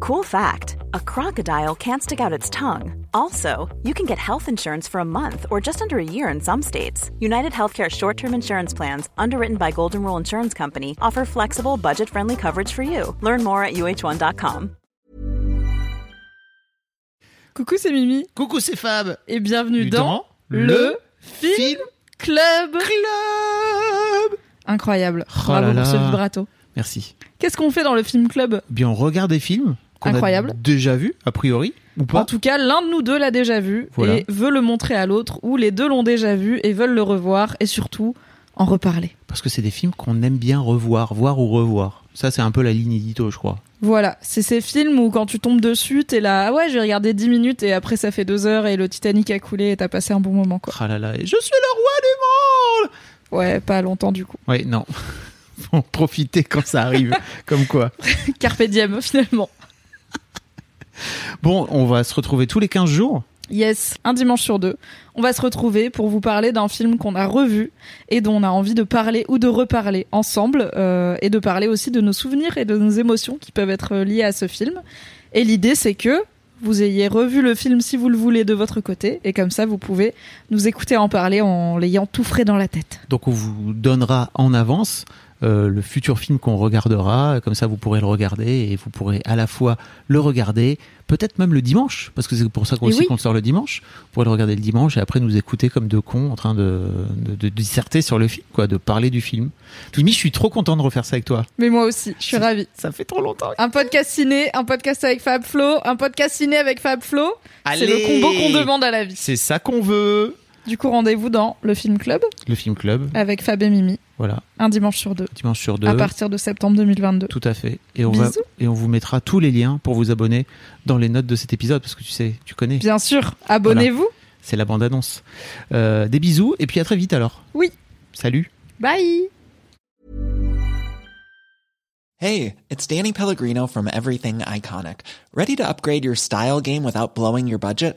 Cool fact a crocodile can't stick out its tongue. Also, you can get health insurance for a month or just under a year in some states. United Healthcare short term insurance plans, underwritten by Golden Rule Insurance Company, offer flexible, budget friendly coverage for you. Learn more at uh1.com. Coucou, c'est Mimi Coucou, c'est Fab. et bienvenue Du dans, temps, le, Film, Film Club. Club. Incroyable. Oh Bravo là pour ce là. vibrato. Merci. Eh Qu'est-ce qu'on fait dans le Film Club Bien, on regarde des films qu'on Incroyable. a déjà vus, a priori, ou En pas tout cas, l'un de nous deux l'a déjà vu Voilà. et veut le montrer à l'autre, ou les deux l'ont déjà vu et veulent le revoir et surtout en reparler. Parce que c'est des films qu'on aime bien revoir, voir ou revoir. Ça, c'est un peu la ligne édito, je crois. Voilà, c'est ces films où quand tu tombes dessus, t'es là, ah ouais, j'ai regardé 10 minutes et après ça fait 2 heures et le Titanic a coulé et t'as passé un bon moment quoi. Ah là là, et je suis le roi du monde Ouais, pas longtemps du coup. Ouais, non. Faut en profiter quand ça arrive, comme quoi. Carpe diem finalement. Bon, on va se retrouver tous les 15 jours. Yes, un dimanche sur deux. On va se retrouver pour vous parler d'un film qu'on a revu et dont on a envie de parler ou de reparler ensemble euh, et de parler aussi de nos souvenirs et de nos émotions qui peuvent être liées à ce film. Et l'idée, c'est que vous ayez revu le film si vous le voulez de votre côté et comme ça, vous pouvez nous écouter en parler en l'ayant tout frais dans la tête. Donc on vous donnera en avance euh, le futur film qu'on regardera, comme ça vous pourrez le regarder et vous pourrez à la fois le regarder, peut-être même le dimanche, parce que c'est pour ça qu'on Et aussi oui. qu'on le sort le dimanche, vous pourrez le regarder le dimanche et après nous écouter comme deux cons en train de, de- de disserter sur le film, quoi, de parler du film. Mimi, je suis trop content de refaire ça avec toi. Mais moi aussi, je suis ravie. Ça fait trop longtemps. Un podcast ciné, un podcast avec Fab Flo, un podcast ciné avec Fab Flo. C'est le combo qu'on demande à la vie. C'est ça qu'on veut. Du coup, rendez-vous dans le film club Le film club, avec Fab et Mimi. voilà, un dimanche sur deux, dimanche sur deux. à partir de septembre 2022. Tout à fait. Et on, va, Bisous. et on vous mettra tous les liens pour vous abonner dans les notes de cet épisode, parce que tu sais, tu connais, Bien sûr, abonnez-vous. c'est la bande-annonce. Euh, des bisous, et puis à très vite alors. Oui. Salut. Bye. Hey, it's Danny Pellegrino from Everything Iconic. Ready to upgrade your style game without blowing your budget?